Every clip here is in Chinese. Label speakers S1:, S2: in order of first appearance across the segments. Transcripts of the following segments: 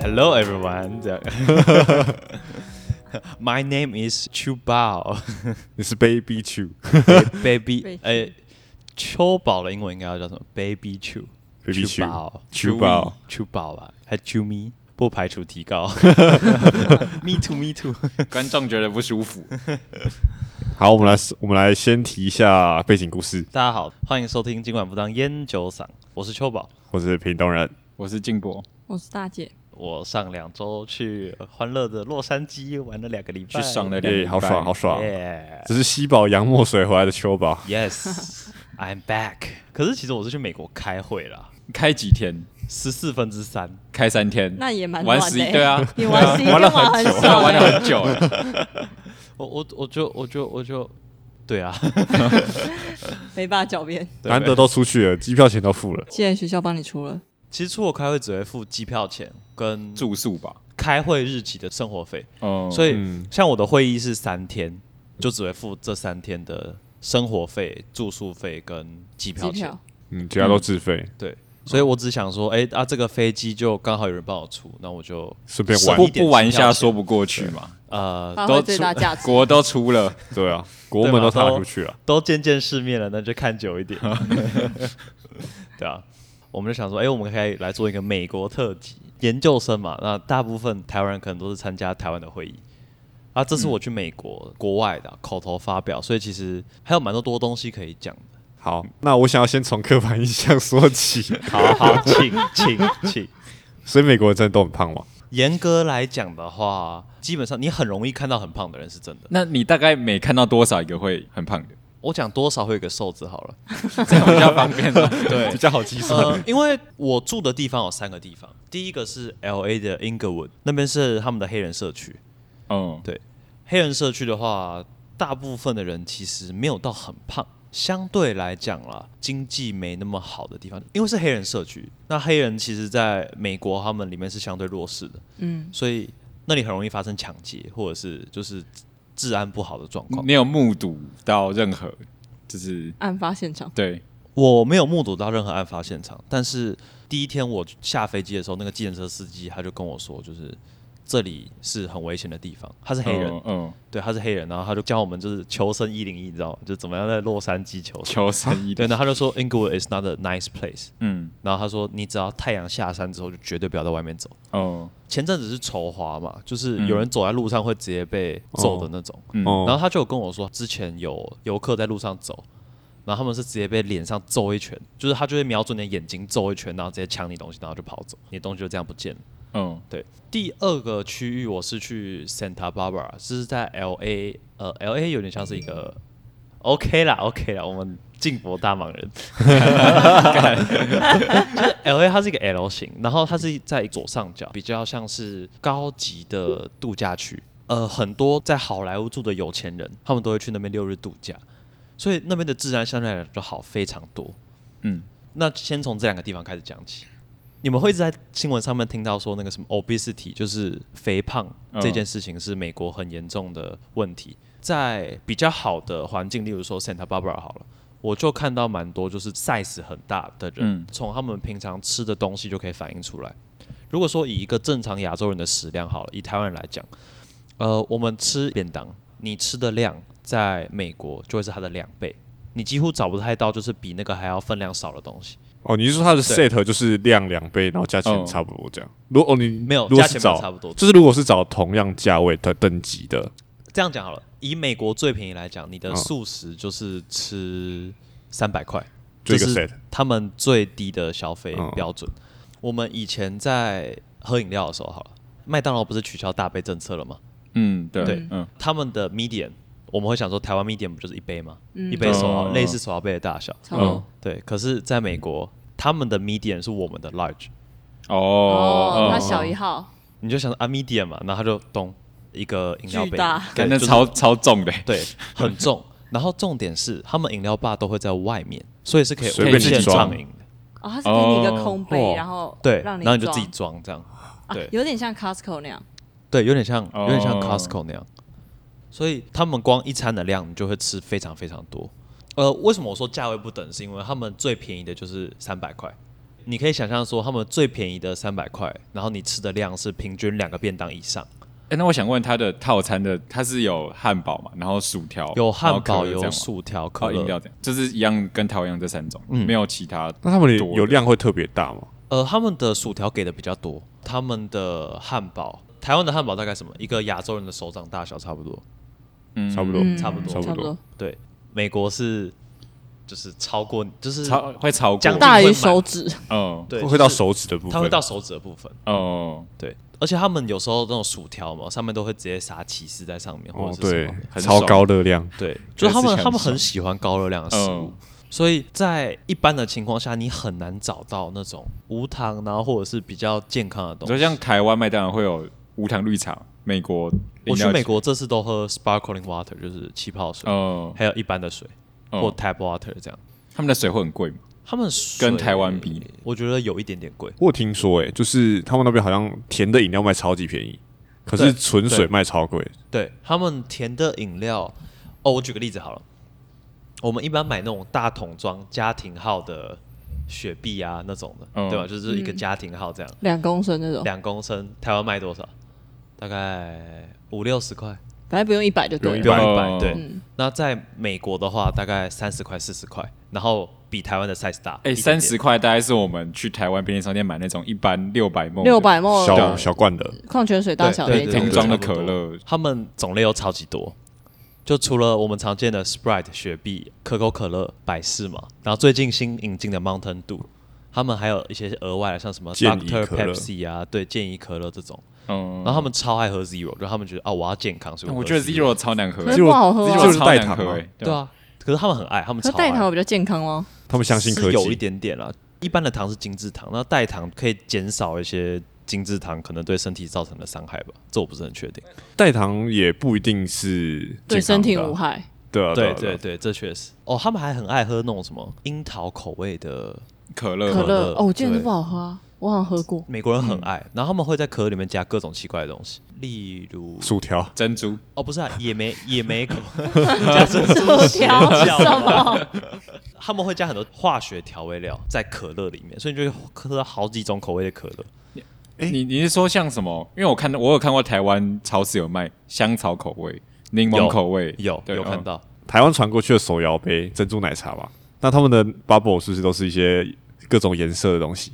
S1: Hello everyone，这样。My name is Chu Bao，
S2: 你是 Baby Chu，
S1: baby，哎，秋宝的英文应该要叫什么？Baby Chu。
S2: Baby Chu
S1: 宝，
S2: Chu 宝，
S1: Chu 宝吧，还 Chu Me，不排除提 高。me too，Me too。
S3: 观众觉得不舒服。
S2: 好，我们来我们来先提一下背景故事，
S1: 大家好，欢迎收听今晚不当烟酒嗓，我是秋宝。
S2: 我是屏东人，
S3: 我是静博，
S4: 我是大姐，
S1: 我上两周去欢乐的洛杉矶玩了两个礼拜，
S3: 去爽了两
S2: 耶、
S3: 个
S2: 好爽好爽，
S1: 耶
S2: 这是吸饱洋墨水回来的秋宝，
S1: Yes，I'm back。可是其实我是去美国开会啦，
S3: 开几天？
S1: 十四分之三。
S3: 开三天？
S4: 那也蛮
S3: 玩
S4: 短
S3: 十
S4: 的
S3: 一
S4: 欸
S3: 对啊，
S4: 你玩十一天玩很
S3: 对啊
S4: 少
S3: 玩了
S4: 欸，
S3: 很久 欸，
S1: 我我我就我就我就，对 啊，
S4: 没办法狡辩。
S1: 对
S2: 难得都出去了，机票钱都付了，
S4: 既然学校帮你出了，
S1: 其实出国开会只会付机票钱跟
S3: 住宿吧。
S1: 开会日期的生活费，
S3: 哦
S1: 所
S3: 以
S1: 以
S2: 嗯
S1: 像我的会议是三天，就只会付这三天的生活费、住宿费跟机
S4: 机
S1: 票钱
S4: 票。
S2: 嗯，其他都自费，
S1: 对，所以我只想说，哎、啊，这个飞机就刚好有人帮我出，那我就
S2: 顺便
S1: 省
S2: 玩
S3: 不
S1: 一点
S3: 不玩一
S1: 机票
S3: 下
S1: 钱
S3: 说不过去嘛。
S1: 呃
S4: 发
S3: 都
S4: 哦挥最大价值。
S3: 国都出了，
S2: 对啊，国门都踏出去了，
S1: 都见见世面了，那就看久一点。对啊，我们就想说，哎、我们可以来做一个美国特辑，研究生嘛，那大部分台湾人可能都是参加台湾的会议。啊，这是我去美国、国外的啊、口头发表，所以其实还有蛮多多东西可以讲的。
S2: 好，那我想要先从刻板印象说起，
S1: 好好，请请请。
S2: 所以美国人真的都很胖嘛，
S1: 严格来讲的话，基本上你很容易看到很胖的人是真的。
S3: 那你大概每看到多少一个会很胖的？
S1: 我讲多少会有个瘦子好了，
S3: 这样比较方便吗。
S1: 对
S2: 比较好计算，
S1: 呃，因为我住的地方有三个地方，第一个是 L A 的 Inglewood，那边是他们的黑人社区。
S3: 嗯，
S1: 对，黑人社区的话，大部分的人其实没有到很胖，相对来讲啦，经济没那么好的地方，因为是黑人社区，那黑人其实在美国他们里面是相对弱势的，
S4: 嗯，
S1: 所以那里很容易发生抢劫或者是就是治安不好的状况。
S3: 你有目睹到任何就是
S4: 案发现场
S3: 对
S1: 我没有目睹到任何案发现场，但是第一天我下飞机的时候，那个计程车司机他就跟我说，就是这里是很危险的地方，他是黑人，
S3: 嗯嗯，
S1: 对，他是黑人，然后他就教我们就是求生一零一，你知道吗？就怎么样在洛杉矶求生。
S3: 求生一
S1: 对，
S3: 点，
S1: 然后他就说 Inglewood is not a nice place，
S3: 嗯
S1: 然后他说你只要太阳下山之后，就绝对不要在外面走。
S3: 哦，
S1: 前阵子是仇华嘛，就是
S3: 嗯
S1: 有人走在路上会直接被揍的那种。
S3: 嗯
S2: 哦
S1: 然后他就有跟我说，之前有游客在路上走，然后他们是直接被脸上揍一拳，就是他就会瞄准你的眼睛揍一拳，然后直接抢你东西，然后就跑走，你的东西就这样不见了。
S3: 嗯
S1: 对，第二个区域我是去 Santa Barbara，是在 L A，呃，L A 有点像是一个 OK 啦，OK 啦，我们进博大忙人。 就是 L A 它是一个 L 型，然后它是在左上角，比较像是高级的度假区。呃，很多在好莱坞住的有钱人，他们都会去那边六日度假，所以那边的治安相对来讲就好非常多。
S3: 嗯，
S1: 那先从这两个地方开始讲起。你们会一直在新闻上面听到说那个什么 obesity，就是肥胖
S3: 嗯
S1: 这件事情是美国很严重的问题。在比较好的环境，例如说 Santa Barbara 好了，我就看到蛮多就是 size 很大的人
S3: 嗯，
S1: 从、他们平常吃的东西就可以反映出来。如果说以一个正常亚洲人的食量好了，以台湾人来讲，呃，我们吃便当，你吃的量在美国就会是它的两倍，你几乎找不太到就是比那个还要分量少的东西。
S2: 哦，你是说它的 set 就是量两倍，然后价钱
S3: 哦
S2: 差不多这样？如哦，你
S1: 没有
S2: 如果
S1: 价
S2: 是
S1: 钱没有
S2: 找
S1: 差不多
S2: 就是如果是找同样价位的等级的，
S1: 这样讲好了，以美国最便宜来讲，你的
S2: 嗯
S1: 素食就是吃三百块，这
S2: 就一个
S1: 是
S2: set
S1: 他们最低的消费
S2: 嗯
S1: 标准。我们以前在喝饮料的时候，好了，麦当劳不是取消大杯政策了吗？
S3: 嗯，对
S1: 对，
S3: 嗯，
S1: 他们的 medium，我们会想说台湾 medium 不就是一杯吗？
S4: 嗯
S1: 一杯手
S2: 哦
S1: 摇、
S3: 嗯
S1: 类似手摇杯的大小，
S4: 差不多
S3: 嗯。
S1: 对。可是在美国，他们的 medium 是我们的 large，
S3: 哦
S4: 哦，，他
S3: 嗯
S4: 小一号，
S1: 你就想说啊 medium 嘛，然后他就咚一个饮料
S4: 巨
S1: 杯
S4: 大，
S1: 对
S3: 感觉
S1: 就是
S3: 超超重的，
S1: 对，很重。 然后重点是，他们饮料吧都会在外面，所以是可以
S2: 随
S3: 便
S1: 无
S3: 你
S1: 限
S3: 装
S1: 畅饮的。
S4: 哦，他是给你一个
S3: 哦
S4: 空杯
S2: 哦，
S4: 然后
S1: 对，
S4: 让
S1: 然后你就
S4: 装
S1: 自己装这样。
S4: 啊
S1: 对
S4: 有点像 Costco 那样，
S1: 对，有点像有点像
S3: 哦
S1: Costco 那样。所以他们光一餐的量，你就会吃非常非常多。呃，为什么我说价位不等？是因为他们最便宜的就是三百块，你可以想象说，他们最便宜的三百块，然后你吃的量是平均两个便当以上，
S3: 哎、那我想问他的套餐的，它是有汉堡嘛，然后薯条，
S1: 有
S3: 然
S1: 汉
S3: 后可乐
S1: 堡、
S3: 这样吗
S1: 有薯条、哦可
S3: 哦，饮料
S1: 乐。
S3: 这样，就是一样跟台湾一样这三种，
S1: 嗯
S3: 没有其他多的。
S2: 那他们的有量会特别大吗？
S1: 呃，他们的薯条给的比较多，他们的汉堡，台湾的汉堡大概什么？一个亚洲人的手掌大小差不多。
S3: 嗯
S2: 差不多
S1: 差不多
S2: 差
S4: 差
S2: 不
S4: 不
S2: 多
S4: 多，
S1: 对，美国是就是超过，就是
S3: 超会超过，
S1: 将近
S4: 大
S1: 会
S4: 于
S1: 满
S4: 手指，
S3: 哦
S1: 对，
S2: 会到
S1: 就是
S2: 手指的部分，
S1: 它会到手指的部分。
S3: 哦，
S1: 对，而且他们有时候那种薯条嘛，上面都会直接撒起司在上面，或
S2: 哦，
S1: 者是什
S2: 对
S1: 么。，
S3: 很
S2: 超
S3: 爽
S2: 高热量，
S1: 对，就
S3: 觉得
S1: 是他
S3: 吃
S1: 们
S3: 起来
S1: 他们
S3: 很爽
S1: 很喜欢高热量的食物
S3: 嗯，
S1: 所以在一般的情况下，你很难找到那种无糖，然后或者是比较健康的
S3: 你
S1: 东
S3: 说
S1: 西。
S3: 像台湾麦当劳会有无糖绿茶，美国
S1: 我
S3: 饮
S1: 去
S3: 料
S1: 美国这次都喝 sparkling water，就是气泡水，
S3: 哦，
S1: 还有一般的水
S3: 哦
S1: 或 tap water 这样。
S3: 他们的水会很贵嘛？
S1: 他们水
S3: 跟台湾比，
S1: 我觉得有一点点贵。
S2: 我有听说、欸，哎，就是他们那边好像甜的饮料卖超级便宜，可
S1: 对
S2: 是纯水
S1: 对
S2: 卖超贵。
S1: 对他们甜的饮料，哦，我举个例子好了，我们一般买那种大桶装家庭号的雪碧啊那种的，
S3: 嗯
S1: 对吧？就是一个家庭号这样，
S4: 两公升那种，
S1: 两、公升，台湾卖多少？大概五六十块，
S4: 反正不用一百就对
S2: 不
S1: 不
S2: 用
S4: 了。
S1: 到一
S3: 哦
S1: 百。对，那在美国的话，大概三十块四十块，然后比台湾的 size 大。
S3: 哎，
S1: 一点
S3: 三
S1: 点
S3: 十块大概是我们去台湾便利商店买那种一般六百梦
S4: 六百沫
S1: 啊
S2: 小小罐的，
S4: 矿泉水大小
S1: 对
S4: 那
S1: 对对
S4: 种，
S3: 瓶装的
S1: 差不
S3: 可
S1: 多
S3: 乐，
S1: 他们种类又超级多，就除了我们常见的 Sprite、雪碧、可口可乐、百事嘛，然后最近新引进的 Mountain Dew，他们还有一些额外的，像什么
S2: 健怡
S1: Doctor
S2: 可乐
S1: Pepsi 啊，对，健怡可乐这种。
S3: 嗯，
S1: 然后他们超爱喝 Zero，就他们觉得啊，我要健康，所以
S3: 我
S1: 喝
S3: 觉得 zero 超难喝
S4: 可是不好喝啊
S2: 就
S3: ，zero
S2: 是
S3: 超
S2: 代
S3: 难
S2: 糖
S3: 喝，
S2: 嘛
S3: 哎，
S1: 对，啊，可是他们很爱，他们
S4: 可
S1: 超
S4: 是代糖
S1: 爱
S4: 会比较健康哦。
S2: 他们相信科
S1: 是有一
S2: 技，
S1: 点点啦，一般的糖是精制糖，那代糖可以减少一些精制糖可能对身体造成的伤害吧，这我不是很确定。
S2: 代糖也不一定是健
S4: 对
S2: 康
S4: 身体
S2: 的啊
S4: 无害。
S2: 对啊，
S1: 对
S2: 啊
S1: 对
S2: 啊
S1: 对，这确实。哦，他们还很爱喝那种什么樱桃口味的，
S3: 可
S4: 可
S3: 乐
S1: 乐
S4: 乐哦，我记得
S1: 对
S4: 都不好喝啊，我好像喝 过。
S1: 美国人很爱。然后他们会在可乐里面加各种奇怪的东西，例如
S2: 薯条，
S3: 珍珠，
S1: 哦，不是啊，野莓野莓 口，
S4: 薯条
S1: 啊
S4: 是什么？
S1: 他们会加很多化学调味料在可乐里面，所以你就会喝到好几种口味的可乐。
S2: 哎
S3: 你你是说像什么？因为我看到我有看过台湾超市有卖香草口味、柠檬
S1: 有
S3: 口味，
S1: 有
S3: 对
S1: 有看。
S3: 嗯
S1: 到，
S2: 台湾传过去的手摇杯珍珠奶茶吧？那他们的 bubble 是不是都是一些各种颜色的东西？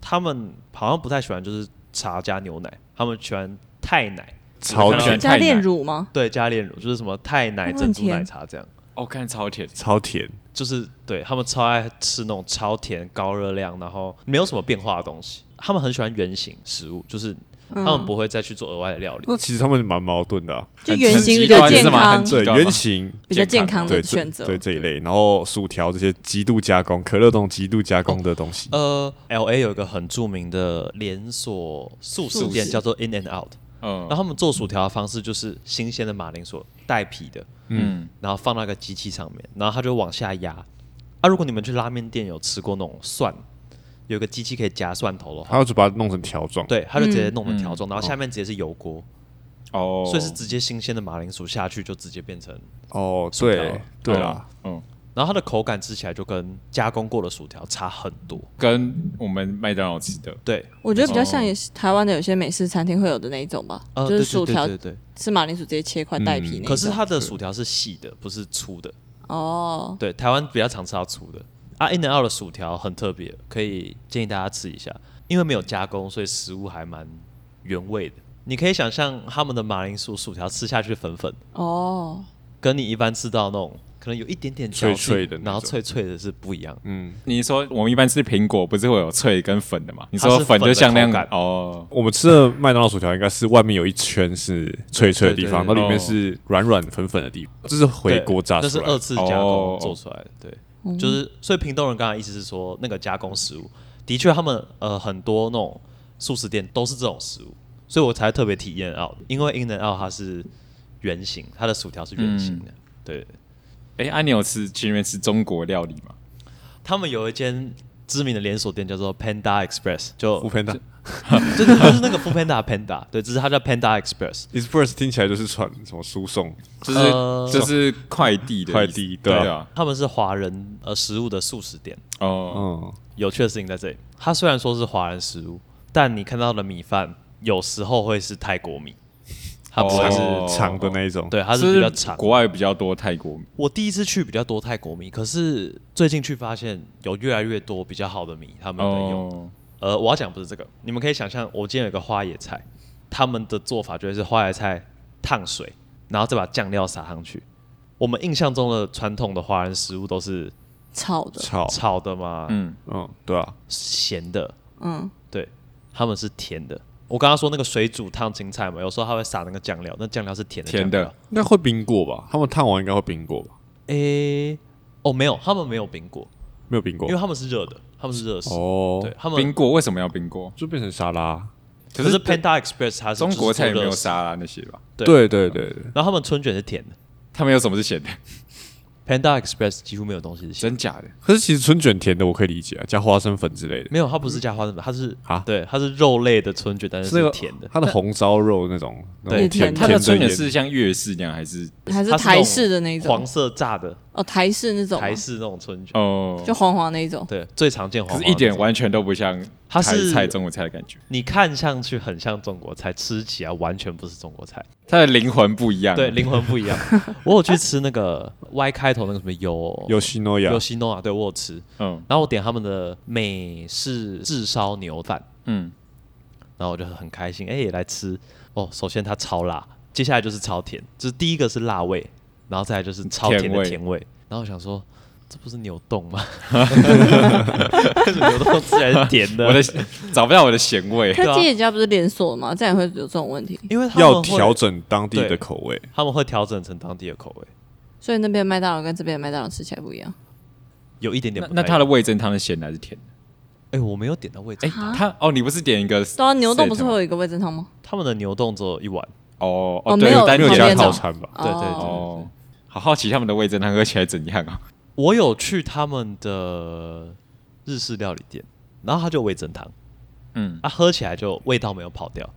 S1: 他们好像不太喜欢就是茶加牛奶，他们喜欢泰奶，
S2: 超
S3: 看到
S2: 甜，
S4: 加炼乳吗？
S1: 对，加炼乳就是什么泰奶
S4: 那
S1: 珍
S4: 很
S1: 珠奶
S4: 甜
S1: 茶这样。
S3: 哦，看超甜，
S2: 超甜，
S1: 就是对他们超爱吃那种超甜、高热量，然后没有什么变化的东西。他们很喜欢圆形食物，就是他
S3: 嗯
S1: 们不会再去做额外的料理。
S2: 那其实他们蛮矛盾的啊、
S4: 就
S3: 很
S4: 圆形
S3: 极
S4: 比较
S3: 端
S4: 健
S3: 是吗
S4: 康
S3: 很极
S2: 对
S3: 端吗
S2: 圆形，
S4: 比较健康
S2: 对
S4: 的
S2: 这
S4: 选择。
S2: 对这一类，然后薯条这些极度加工，可乐这种极度加工的东
S3: 嗯
S2: 西，
S1: 呃，L A 有一个很著名的连锁素食
S4: 素
S1: 店
S4: 食
S1: 叫做 In and Out，
S3: 嗯
S1: 然后他们做薯条的方式就是新鲜的马铃薯带皮的，
S3: 嗯，
S1: 然后放到一个机器上面，然后它就往下压。啊，如果你们去拉面店有吃过那种蒜，有一个机器可以夹蒜头的话，
S2: 他要就把它弄成条状，
S1: 对，它就直接弄成
S3: 嗯
S1: 条状，然后下面直接是油锅。
S3: 哦，
S1: 所以是直接新鲜的马铃薯下去就直接变成，
S2: 哦，
S1: 薯条啊
S2: 对对啦，，
S3: 嗯，
S1: 然后它的口感吃起来就跟加工过的薯条差很多。
S3: 跟我们麦当劳吃的，
S1: 对，
S4: 我觉得比较
S3: 哦
S4: 像也是台湾的有些美式餐厅会有的那一种吧，
S1: 呃，
S4: 就
S1: 对
S4: 是薯条
S1: 对对对
S4: 是马铃薯直接切
S3: 嗯
S4: 块带皮那一
S1: 对。
S4: 种。
S1: 可是它的薯条是细的，不是粗的。
S4: 哦，
S1: 对，台湾比较常吃到粗的。啊，In and Out 的薯条很特别，可以建议大家吃一下，因为没有加工，所以食物还蛮原味的。你可以想象他们的马铃薯薯条吃下去粉粉，
S4: 哦，
S1: 跟你一般吃到那种可能有一点点嚼
S2: 脆
S1: 劲
S2: 脆的那
S1: 然后
S2: 种
S1: 脆脆的是不一样。
S2: 嗯，
S3: 你说我们一般吃苹果，不是会有脆跟粉的嘛？你
S1: 它
S3: 说
S1: 是
S3: 粉就像那样
S1: 粉的口
S3: 哦，
S2: 我们吃的麦当劳薯条应该是外面有一圈是脆脆的地方，
S1: 对对
S2: 那
S3: 对
S2: 里面是软软粉粉的地方，这是回
S1: 对，
S2: 锅炸
S1: 那
S2: 出
S1: 是
S2: 来
S1: 二
S2: 的。
S1: 次加工
S3: 哦
S1: 做出来的。对，就是所以屏东人刚才意思是说，那个加工食物的确他们呃很多那种素食店都是这种食物，所以我才特别体验到，因为 In and Out 它是圆形，它的薯条是圆形
S2: 嗯
S1: 的。对，
S3: 哎，啊，你有吃去那边吃中国料理吗？
S1: 他们有一间知名的连锁店叫做 Panda Express，就
S2: 不偏的，
S1: 真的 就是那个 Food Panda Panda，对，只是它叫 Panda Express。
S2: Express 听起来就是传什么输送，
S3: 就是、
S1: 呃
S3: 就是快递的意思
S2: 快递
S3: 对
S2: 对啊
S3: 啊，
S1: 他们是华人呃食物的素食店。
S3: 哦，
S2: 嗯，
S1: 有趣的事情在这里，它虽然说是华人食物，但你看到的米饭有时候会是泰国米，它不会是，
S3: 哦
S2: 长的那一种，
S1: 对，它
S3: 就是
S1: 比较长。
S3: 国外比较多泰国米
S1: 我第一次去比较多泰国米，可是最近去发现有越来越多比较好的米，他们在用。
S3: 哦，
S1: 呃，我要讲不是这个，你们可以想象，我今天有一个花椰菜，他们的做法就会是花椰菜烫水，然后再把酱料撒上去。我们印象中的传统的华人食物都是
S4: 炒的，
S2: 炒，
S1: 炒的嘛，
S3: 哦嗯，
S2: 嗯，对啊，
S1: 咸的，
S4: 嗯，
S1: 对，他们是甜的。我刚刚说那个水煮烫青菜嘛，有时候他会撒那个酱料，那酱料是甜的。
S3: 甜的。
S2: 应该会冰过吧？他们烫完应该会冰过吧？
S1: 诶、哦，没有，他们没有冰过，
S2: 没有冰过
S1: 因为他们是热的，他们是热食。
S2: 哦，
S1: 对，他们
S3: 冰过为什么要冰过？
S2: 就变成沙拉。
S1: 可
S3: 可
S1: 是
S3: 是
S1: Panda Express 它是
S3: 中国菜也没有
S1: 啥，
S3: 沙拉那些吧？
S1: 对
S2: 对对对对，
S1: 然后他们春卷是甜的
S3: 他们有什么是咸的？
S1: ，Panda Express 几乎没有东西是咸的。
S3: 真假 的？
S2: 可是其实春卷甜的我可以理解啊，加花生粉之类的，
S1: 没有，它不是加花生粉，它是
S2: 啊
S1: 对，它是肉类的春卷，但是
S2: 那
S1: 是
S2: 个
S1: 甜的。
S2: 它的红烧肉那种，那种
S1: 对
S2: 甜
S4: 它
S3: 它
S2: 甜
S3: 的
S2: 的
S3: 春卷
S2: 盐
S3: 是像粤式那样，还是
S4: 还是
S1: 它
S4: 台式的那
S1: 那
S4: 种，
S1: 黄色炸的
S4: 哦，台式那种吗，
S1: 台式那种春卷，
S3: 哦？
S4: 就黄黄那一种，
S1: 对，最常见黄
S3: 可
S1: 黄
S3: 是
S1: 的
S3: 一点
S1: 那种
S3: 完全都不像
S1: 它
S3: 台
S1: 是
S3: 菜、中国菜的感觉，
S1: 你看上去很像中国菜，吃起来完全不是中国菜，
S3: 它的灵魂不一样。啊
S1: 对，灵魂不一样。我有去吃那个 Y 开头那个什么有
S2: 有西诺亚
S1: 有，西诺啊，对我有吃，
S3: 嗯
S1: 然后我点他们的美式炙烧牛饭，
S3: 嗯，
S1: 然后我就很开心，哎、来吃哦。首先它超辣，接下来就是超甜，就是第一个是辣味，然后再来就是超甜
S3: 甜
S1: 的
S3: 味
S1: 甜味。然后我想说，这不是牛冻吗？ 为什么牛冻吃起来是甜的？
S3: 我的 找不到我的咸味。
S1: 对啊
S4: 他这一家不是连锁的吗？这样也会有这种问题，
S1: 因为他们会
S2: 要调，整当地
S1: 对
S2: 的口味。
S1: 他们会调整成当地的口味，
S4: 所以那边麦当劳跟这边的麦当劳吃起来不一样。
S1: 有一点点
S3: 那
S1: 不
S3: 那
S1: 太
S3: 它
S1: 一
S3: 的
S1: 样
S3: 味噌汤是咸的还是甜的？
S1: 哎、我没有点到味噌
S3: 哎、
S1: 汤，
S3: 它哦，你不是点一个 set 吗？
S4: 对啊，牛洞不是会有一个味噌汤吗？
S1: 他们的牛冻只有一碗，
S3: 哦
S4: 哦
S3: 对，
S4: 没有
S3: 单
S2: 没有
S4: 旁
S2: 加
S4: 边
S3: 点
S2: 套
S4: 的
S3: 套
S4: 哦
S3: 餐
S2: 餐吧？
S1: 对对对
S3: 哦，好好奇他们的味噌汤喝起来怎样啊？
S1: 我有去他们的日式料理店，然后它就有味噌汤，
S3: 嗯，
S1: 它、喝起来就味道没有跑掉，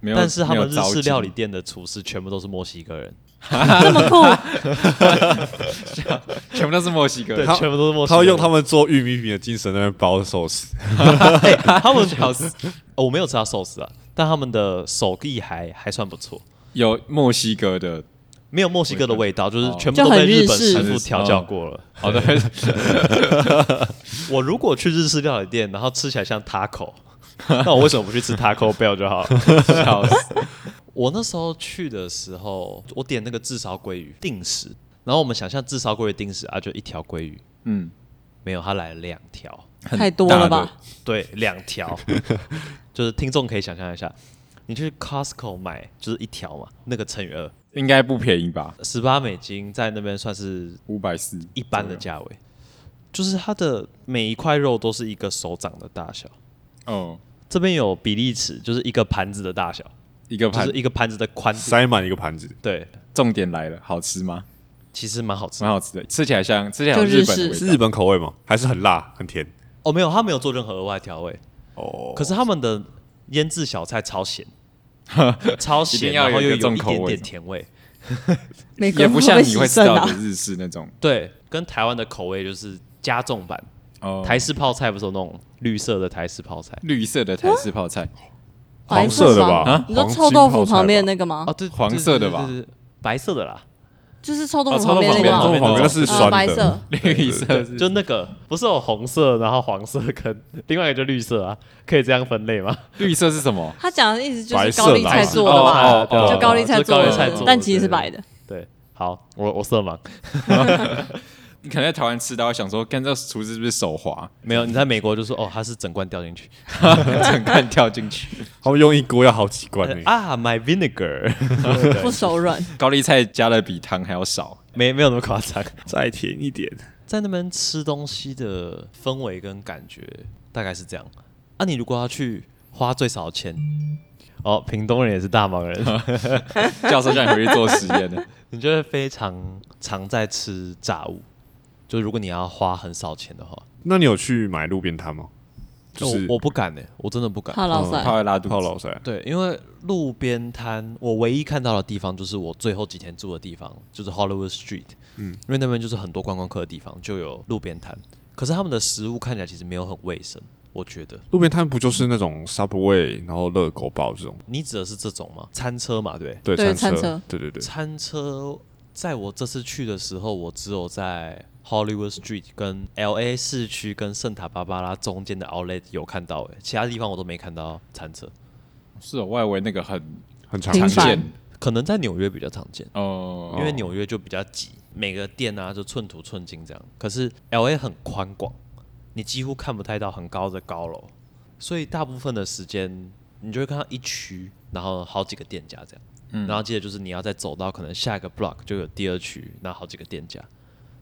S3: 没有，
S1: 但是他
S3: 没
S1: 们
S3: 有
S1: 日
S3: 糟
S1: 式
S3: 践
S1: 料理店的厨师全部都是墨西哥人，
S4: 这么酷，
S3: 全部都是墨西哥
S1: 对
S3: 人，，
S1: 全部都是墨西
S2: 他
S1: 哥人。
S2: 会 用他们做玉米饼的精神在那边包寿司，
S1: 哎他们好像是哦我没有吃到寿司啊，但他们的手艺还还算不错，
S3: 有墨西哥的，
S1: 没有墨西哥的味道，就是
S3: 哦
S1: 全部都
S4: 就
S1: 被
S4: 很日
S1: 日本
S4: 式
S1: 师傅调教过了。
S3: 好的，哦对
S1: 我如果去日式料理店，然后吃起来像 taco，那我为什么不去吃 taco bell 就好了？
S3: 笑死，
S1: 我那时候去的时候，我点那个炙烧鲑鱼定时，然后我们想象炙烧鲑鱼定时啊，就一条鲑鱼，
S3: 嗯，
S1: 没有，它来了两条。
S4: 太多了吧？
S1: 对，两条，就是听众可以想象一下，你去 Costco 买就是一条嘛，那个乘以二，
S3: 应该不便宜吧？
S1: 十八美金在那边算是
S3: 五百四，
S1: 一般的价位，就是它的每一块肉都是一个手掌的大小，
S3: 哦，
S1: 这边有比例尺，就是一个盘子的大小，
S3: 一个
S1: 就
S3: 盘
S1: 是，一个盘子的宽度，
S2: 塞满一个盘子。
S1: 对，
S3: 重点来了，好吃吗？
S1: 其实蛮好吃
S3: 蛮
S1: 的。
S3: 好吃的，吃起来像吃起来像
S4: 就日
S3: 本
S4: 式
S3: 的味
S2: 是
S3: 道
S2: 日本口味吗？还是很辣很甜？
S1: 哦，没有，它没有做任何额外调味，
S2: 哦，
S1: 可是他们的腌制小菜超 咸。超
S3: 一定
S1: 咸，
S3: 要
S1: 然后
S3: 有
S1: 又
S3: 一个
S1: 有
S3: 重
S1: 一
S3: 口味
S1: 点点
S3: 嘛
S1: 甜味，
S4: 美国
S3: 也
S4: 人
S3: 不
S4: 会
S3: 像
S4: 被
S3: 你会
S4: 洗
S3: 吃
S4: 肾
S3: 到
S4: 啊
S3: 的日式那种
S1: 对，跟台湾的口味就是加重版。
S3: 哦，
S1: 台式泡菜不是有那种绿色的台式泡菜
S3: 绿色的台式泡菜，
S2: 黄色的吧
S4: 白色
S2: 啊
S4: 你说
S2: 黄
S4: 臭豆腐
S2: 金泡菜
S4: 旁边
S2: 吧
S4: 那个吗
S1: 哦，？对，
S3: 黄色的吧
S1: 对对对对白色的啦，
S4: 就是臭豆
S3: 哦
S4: 腐
S3: 臭
S4: 旁
S3: 豆
S4: 边
S3: 腐
S4: 那个
S3: 旁
S4: 吗
S3: 边？
S2: 旁边那是
S3: 哦
S4: 呃
S2: 酸
S4: 白
S2: 的
S4: 色，
S3: 绿色是
S1: 就那个不是有红色，然后黄色跟另外一个就绿色啊，可以这样分类吗？
S3: 绿色是什么？
S4: 他讲的意思就
S2: 白
S4: 是
S2: 色
S4: 高丽
S2: 啦
S4: 菜
S2: 白色
S4: 做的吧？
S3: 哦哦哦
S4: 就高丽菜
S1: 就
S4: 做
S1: 高丽
S3: 菜
S4: 的
S1: 做的，
S4: 但其实是白的。
S1: 对，好，我我色盲，
S3: 你可能在台湾吃到，想说，干这厨师是不是手 滑，
S1: 没有你在美国就说哦，它是整罐掉进去
S3: 整罐跳进去？
S2: 他们用一锅要好几罐呢。
S1: 啊，my vinegar，
S4: 不手软，
S3: 高丽菜加的比汤还要少，
S1: 没没有那么夸张，
S2: 再甜一点，
S1: 在那边吃东西的氛围跟感觉大概是这样。啊，你如果要去花最少的钱，哦，屏东人也是大忙人，
S3: 教授叫你回去做实验的。
S1: 你就会非常常在吃炸物。就如果你要花很少钱的话，
S2: 那你有去买路边摊吗？就是
S1: 我我不敢呢、欸我真的不敢。
S4: 怕老
S2: 嗯
S4: 塞
S3: 怕，会哦拉肚
S2: 泡
S3: 子。
S2: 老塞，
S1: 对，因为路边摊，我唯一看到的地方就是我最后几天住的地方，就是 Hollywood Street。嗯，因为那边就是很多观光客的地方，就有路边摊。可是他们的食物看起来其实没有很卫生，我觉得。
S2: 路边摊不就是那种 Subway，然后热狗堡这种？
S1: 你指的是这种吗？餐车嘛，对。
S2: 对，
S4: 对
S2: 餐
S4: 餐车
S2: 对对对，
S1: 餐车，在我这次去的时候，我只有在 Hollywood Street 跟 L A 市区跟圣塔芭芭拉中间的 Outlet 有看到、欸，其他地方我都没看到餐车。
S3: 是哦，外围那个很
S2: 很常
S4: 频
S3: 常
S2: 见。
S4: 繁
S3: 见
S1: 可能在纽约比较常见，
S3: 哦，
S1: 因为纽约就比较挤，每个店啊就寸土寸金这样。可是 L A 很宽广，你几乎看不太到很高的高楼，所以大部分的时间你就会看到一区，然后好几个店家这样。
S3: 嗯
S1: 然后接着就是你要再走到可能下一个 block 就有第二区，那好几个店家，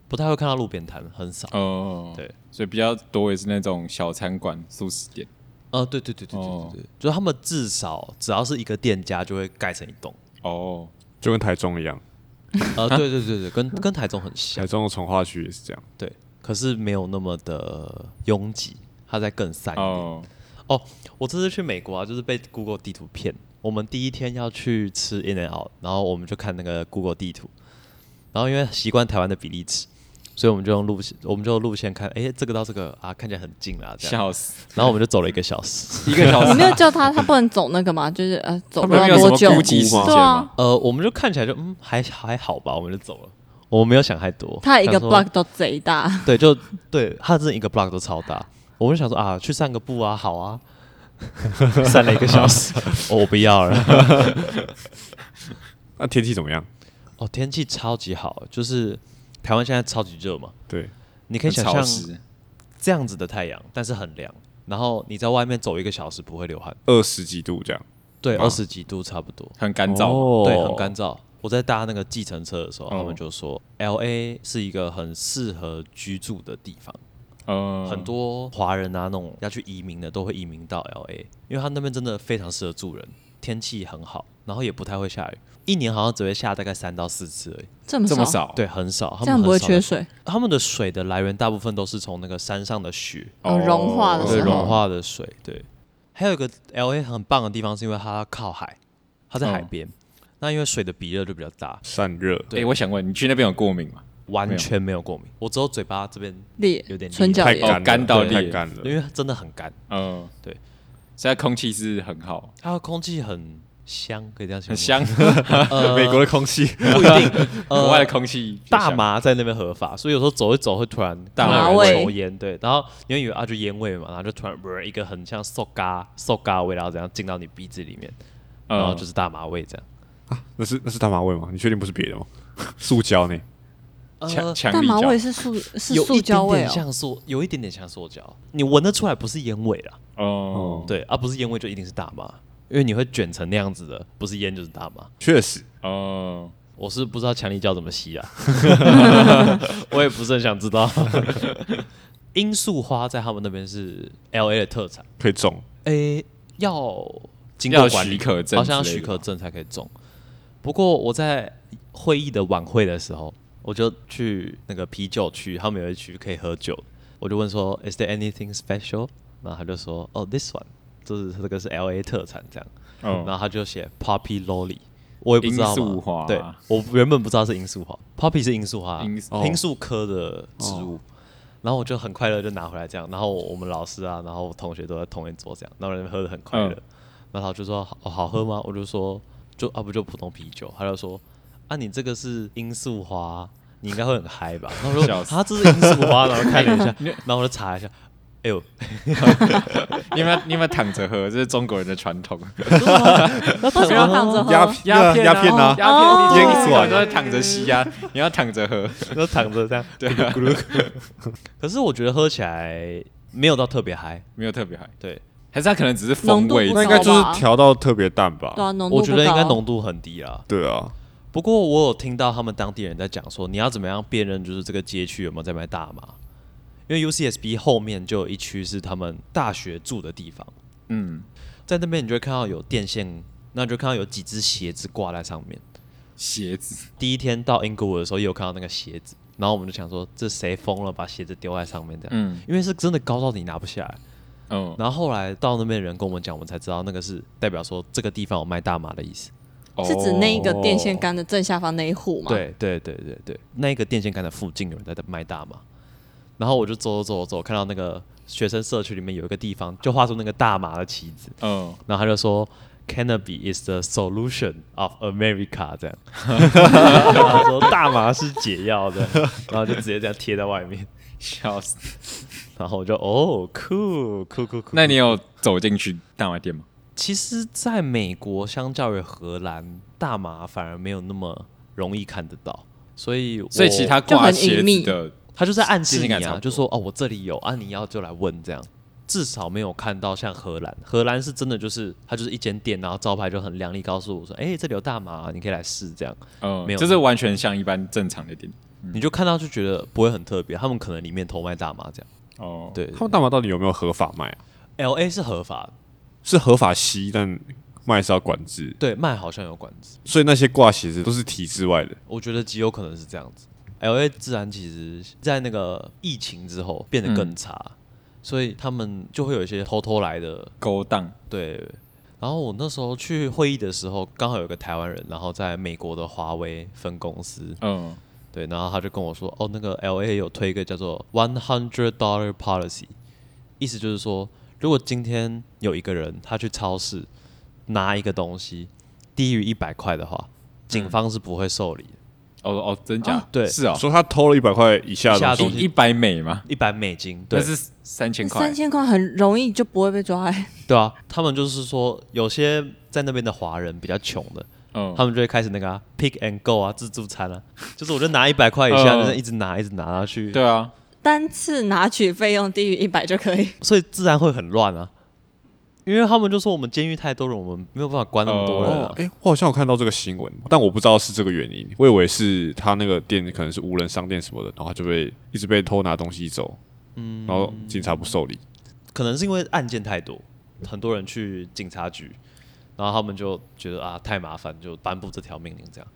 S1: 不太会看到路边摊，很少。
S3: 哦，
S1: 对，
S3: 所以比较多也是那种小餐馆、素食店。
S1: 呃，对对对对对
S3: 哦
S1: 对对，就是他们至少只要是一个店家就会盖成一栋。
S3: 哦，
S2: 就跟台中一样，
S1: 呃，对对对对，跟跟台中很像
S2: 台。中的从化区也是这样。
S1: 对，可是没有那么的拥挤，它在更散一点。哦
S3: 哦，
S1: 我这次去美国啊，就是被 Google 地图骗。我们第一天要去吃 In and Out，然后我们就看那个 Google 地图，然后因为习惯台湾的比例尺，所以我们就用路线，我们就路线看，哎，这个到这个啊，看起来很近啦，这样。
S3: 哦笑死，
S1: 然后我们就走了一个小时。
S3: 一个小
S4: 你没
S3: 时。
S4: 有叫他，他不能走那个嘛，就是呃，走
S3: 他
S4: 不
S3: 们
S4: 了
S3: 没有
S4: 多
S3: 什
S4: 久
S3: 么，估计时间
S4: 对啊
S3: 吗？，
S1: 呃，我们就看起来就嗯还还好吧，我们就走了。我没有想太多，
S4: 他一个
S1: 想说
S4: block 都贼大，
S1: 对，就对，它真的一个 block 都超大。我们想说啊，去散个步啊，好啊，散了一个小 时，哦我不要了。
S2: 啊那天气怎么样？
S1: 哦，天气超级好，就是台湾现在超级热嘛，
S2: 对，
S1: 你可以
S3: 很
S1: 想
S3: 潮
S1: 象
S3: 湿，
S1: 这样子的太阳，但是很凉。然后你在外面走一个小时不会流汗，
S2: 二十几度这样，
S1: 对，
S2: 啊
S1: 二十几度差不多，
S3: 很干燥。
S1: 对，很干燥。我在搭那个计程车的时候，他
S3: 哦
S1: 们就说 L A 是一个很适合居住的地方，
S3: 呃，
S1: 很多华人啊，那种要去移民的都会移民到 L A，因为他那边真的非常适合住人，天气很好，然后也不太会下雨，一年好像只会下大概三到四次而已，
S4: 这么
S3: 这么
S4: 少，
S3: 少，
S1: 对，很少。他
S4: 这
S1: 们
S4: 样不会
S1: 很少
S4: 缺
S1: 的，
S4: 水，
S1: 他们的水的来源大部分都是从那个山上的雪，
S4: 哦融化的
S1: 对，
S4: 时候
S1: 融化的水，对。还有一个 L A 很棒的地方是因为它靠海，它在海
S3: 嗯
S1: 边，那因为水的比热就比较大，
S2: 散热。
S1: 对
S3: 哎，我想问，你去那边有过敏吗？
S1: 完全没有过敏，我只有嘴巴这边，
S4: 裂
S1: 有点，裂
S4: 唇角
S2: 太
S4: 裂，
S2: 干
S3: 哦
S2: 了
S3: 干到
S2: 对
S3: 裂
S2: 太干了，
S1: 因为它真的很干，
S3: 嗯，
S1: 对，
S3: 现在空气是很好，
S1: 它的空气很香，可以这样形容
S3: 很
S1: 吗
S3: 香，
S2: 美国的空气
S3: 呃
S1: 不一定，
S3: 国外的空气就
S1: 大
S3: 香
S1: 麻在那边合法，所以有时候走一走会突然
S3: 大
S1: 看到
S3: 麻
S1: 有人
S4: 味
S1: 抽烟，对，然后你会以为啊就烟味嘛，然后就突然不是一个很像塑嘎塑嘎味，然后怎样进到你鼻子里面，然后
S3: 嗯
S1: 就是大麻味这样。
S2: 那是那是大麻味吗？你确定不是别的吗？ 塑胶呢？
S3: 强
S1: 呃，
S3: 强
S4: 大
S3: 力
S4: 麻
S3: 胶
S4: 味是塑是
S1: 有
S4: 塑
S1: 一
S4: 胶
S1: 点
S4: 味
S1: 点
S4: 哦，
S1: 像塑，有一点点像塑胶，你闻得出来不是烟味啦，
S3: 哦，
S1: 对，啊不是烟味就一定是大麻，因为你会卷成那样子的，不是烟就是大麻。
S2: 确实，
S3: 哦，
S1: 我是不知道强力胶怎么吸 啊，我也不是很想知道。 罂粟花在他们那边是 L A 的特产，
S2: 可以种。
S1: 诶、要经过
S3: 要
S1: 管理
S3: 许可证
S1: 好像要
S3: 之类
S1: 许
S3: 的
S1: 可
S3: 吧
S1: 证才可以种。不过我在会议的晚会的时候，我就去那个啤酒区，他们有一区可以喝酒，我就问说，Is there anything special？然后他就说，哦、t h i s one，就是这个是 L A 特产这样。
S3: 哦
S1: 然后他就写 Poppy Lolly，我也不知道嘛
S3: 罂粟花
S1: 对我原本不知道是罂粟花，Poppy 是罂粟花，啊
S3: 罂哦
S1: 罂
S3: 粟
S1: 粟科的植物。然后我就很快乐，就拿回来这样。然后我们老师啊，然后我同学都在同一桌这样，然后人喝的很快乐。
S3: 嗯
S1: 然后他就说好、哦好喝吗？我就说就啊不就普通啤酒。他就说啊你这个是罂粟花，你应该会很嗨吧？然后我说
S3: 笑死
S1: 啊这是罂粟花，然后看了 一下，然后我就查一下，哎 呦
S3: 你们你们躺着喝，这是中国人的传统。
S4: 为什么要 躺着
S2: 鸦
S4: 喝？
S2: 鸦
S3: 片
S2: 鸦片
S3: 啊，
S2: 啊，
S3: 鸦
S4: 哦
S3: 片，
S2: 烟
S3: 你
S2: 死
S3: 从小
S2: 完
S3: 就在躺着吸啊，你要躺着喝。
S1: 就躺着这样，
S3: 对啊，
S1: 可是我觉得喝起来没有到特别嗨，
S3: 没有特别嗨，
S1: 对，
S3: 还是它可能只是风
S4: 浓
S3: 味
S4: 度
S2: 那
S4: 不高
S2: 应该就
S4: 好吧
S2: 是调到特别淡吧
S4: 对？啊，浓度
S1: 我觉得
S4: 不
S1: 应
S4: 高
S1: 该浓度很低啦。
S2: 对啊，
S1: 不过我有听到他们当地人在讲说，你要怎么样辨认就是这个街区有没有在卖大麻？因为 UCSB 后面就有一区是他们大学住的地方，
S3: 嗯，
S1: 在那边你就会看到有电线，那你就看到有几只鞋子挂在上面。
S3: 鞋子
S1: 第一天到英国的时候也有看到那个鞋子，然后我们就想说这谁疯了把鞋子丢在上面这样，
S3: 嗯
S1: 因为是真的高到你拿不下来。
S3: 嗯，
S1: 然后后来到那边的人跟我们讲，我们才知道那个是代表说这个地方有卖大麻的意思。
S4: 是指那一个电线
S3: 哦
S4: 杆的正下方那一户吗？，
S1: 对对对对对，那一个电线杆的附近有人在卖大麻，然后我就走走走走，看到那个学生社区里面有一个地方就画出那个大麻的旗子，
S3: 嗯，
S1: 然后他就说 “Cannabis is the solution of America” 这样，然后他说大麻是解药的，然后就直接这样贴在外面，
S3: 笑死。
S1: 然后我就哦酷酷酷酷。
S3: 那你有走进去大麻店吗？
S1: 其实在美国，相较于荷兰，大麻反而没有那么容易看得到，所以我
S3: 所以其他
S4: 就
S3: 挂
S4: 很
S3: 鞋
S4: 隐秘
S3: 子的，
S1: 他就在暗示
S3: 信息
S1: 你
S3: 感差
S1: 啊，
S3: 不
S1: 就
S3: 多
S1: 说哦，我这里有啊，你要就来问这样。至少没有看到像荷兰，荷兰是真的就是它就是一间店，然后招牌就很亮丽，告诉我说，哎、这里有大麻，你可以来试这样。
S3: 嗯
S1: 没，有
S3: 就是完全像一般正常的店。
S1: 你就看到就觉得不会很特别，他们可能里面偷卖大麻这样。
S3: 哦，
S1: 对
S2: 他们大麻到底有没有合法卖啊？
S1: ，L A 是合法的，
S2: 是合法吸，但卖是要管制，
S1: 对，卖好像有管制，
S2: 所以那些挂鞋子都是体制外的。
S1: 我觉得极有可能是这样子。L A 治安其实，在那个疫情之后变得更
S3: 嗯
S1: 差，所以他们就会有一些偷偷来的
S3: 勾当，
S1: 对，然后我那时候去会议的时候，刚好有个台湾人，然后在美国的华为分公司，
S3: 嗯，
S1: 对，然后他就跟我说，哦，那个 L A 有推一个叫做 One Hundred Dollar Policy，意思就是说，如果今天有一个人他去超市拿一个东西低于一百块的话，
S3: 嗯
S1: 警方是不会受理的，
S3: 哦哦，真假
S1: 啊？对
S3: 是啊，
S2: 说他偷了一百块以下的
S1: 以下的
S2: 东西，
S1: 东西
S3: 一一百美嘛，
S1: 一百美金，对
S3: 那，是三千块
S4: 三，千块很容易就不会被抓、欸。
S1: 对啊，他们就是说，有些在那边的华人比较穷的，
S3: 嗯，
S1: 他们就会开始那个、啊、pick and go 啊，自助餐啊， 就是我就拿一百块以下，
S3: 嗯
S1: 就是一直拿一直拿然后去，
S3: 对啊，
S4: 单次拿取费用低于一百就可以。
S1: 所以自然会很乱啊，因为他们就说我们监狱太多人，我们没有办法关那么多人、
S2: 哦
S1: 啊，
S2: 哎、我好像有看到这个新闻，但我不知道是这个原因，我以为是他那个店可能是无人商店什么的，然后他就被一直被偷拿东西走，嗯，然后警察不受理，
S1: 可能是因为案件太多，很多人去警察局，然后他们就觉得啊太麻烦，就颁布这条命令这样，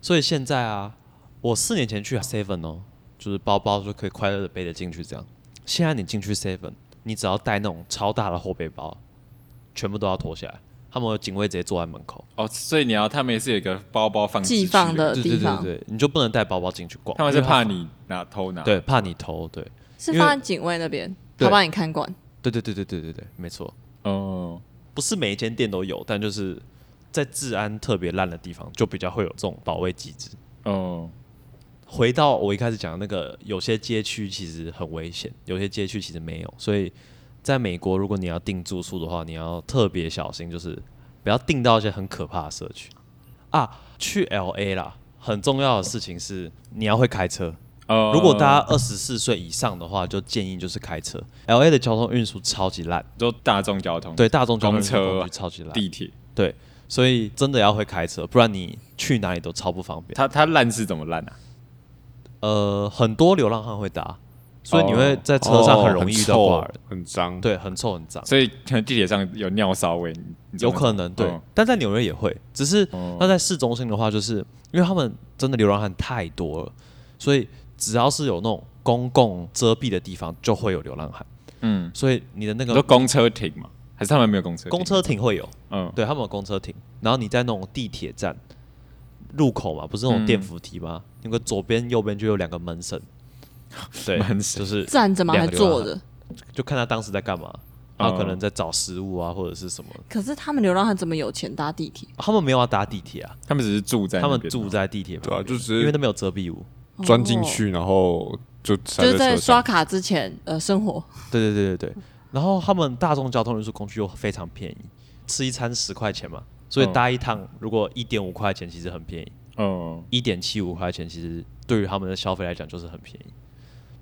S1: 所以现在啊，我四年前去 Seven 哦，就是包包就可以快乐的背得进去这样，现在你进去 Seven，你只要带那种超大的后背包，全部都要脱下来。他们有警卫直接坐在门口，
S3: 哦，所以你要他们也是有一个包包放置
S4: 寄放的
S3: 区
S1: 对
S4: 呃地
S1: 对对
S4: 方
S1: 对，你就不能带包包进去逛，
S3: 他们是
S1: 因为
S3: 怕你拿偷拿，
S1: 它对怕你偷，对
S4: 是
S1: 因为
S4: 放在警卫那边，
S1: 对
S4: 他帮你看管。
S1: 对对对对对对对，没错，
S3: 哦，
S1: 不是每一间店都有，但就是在治安特别烂的地方，就比较会有这种保卫机制。
S3: 哦，
S1: 回到我一开始讲的那个，有些街区其实很危险，有些街区其实没有，所以在美国，如果你要订住宿的话，你要特别小心，就是不要订到一些很可怕的社区啊。去 L A 啦，很重要的事情是你要会开车。
S3: 哦，
S1: 如果大家二十四岁以上的话，就建议就是开车。L A 的交通运输超级烂，
S3: 都大众交通，
S1: 对大众交通
S3: 公
S1: 运输工
S3: 车
S1: 具、超级烂，
S3: 地铁，
S1: 对，所以真的要会开车，不然你去哪里都超不方便。
S3: 它它烂是怎么烂啊？
S1: 呃，很多流浪汉会搭，所以你
S3: 哦
S1: 会在车上很容易遇到
S2: 臭
S1: 挂人，
S2: 很脏，，
S1: 对，很臭很脏，
S3: 所以可能地铁上有尿骚味，你你知道
S1: 有
S3: 吗
S1: 可能对
S3: 哦。
S1: 但在纽约也会，只是
S3: 哦
S1: 那在市中心的话，就是因为他们真的流浪汉太多了，所以只要是有那种公共遮蔽的地方，就会有流浪汉。
S3: 嗯，
S1: 所以你的那
S3: 你说
S1: 个
S3: 公车停吗？还是他们没有公车？
S1: 公，车亭会有，
S3: 嗯，
S1: 对他们有公车亭，然后你在那种地铁站入口嘛，不是那
S3: 嗯
S1: 种电扶梯吗？那个左边右边就有两个门神，对，
S3: 门神
S1: 就是
S4: 站着吗？
S1: 两
S4: 还
S1: 个流浪
S4: 坐
S1: 汉
S4: 着？
S1: 就看他当时在干嘛，他
S3: 嗯
S1: 可能在找食物啊或者是什么。
S4: 可是他们流浪汉怎么有钱搭地铁？
S1: 他们没有要搭地铁啊，
S3: 他们只是住在那
S1: 他们
S3: 边
S1: 住在地铁旁
S2: 对啊
S1: 边，
S2: 就只是
S1: 因为那边有遮蔽物。
S2: 钻进去然后就塞
S4: 哦就是
S2: 在
S4: 在
S2: 车
S4: 刷
S2: 上，
S4: 卡之前，呃，生活
S1: 对对对对对。然后他们大众交通运输工具又非常便宜，吃一餐十块钱嘛，所以
S3: 嗯
S1: 搭一趟如果一点五块钱其实很便宜。
S3: 哦，
S1: 一点七五块钱，其实对于他们的消费来讲就是很便宜。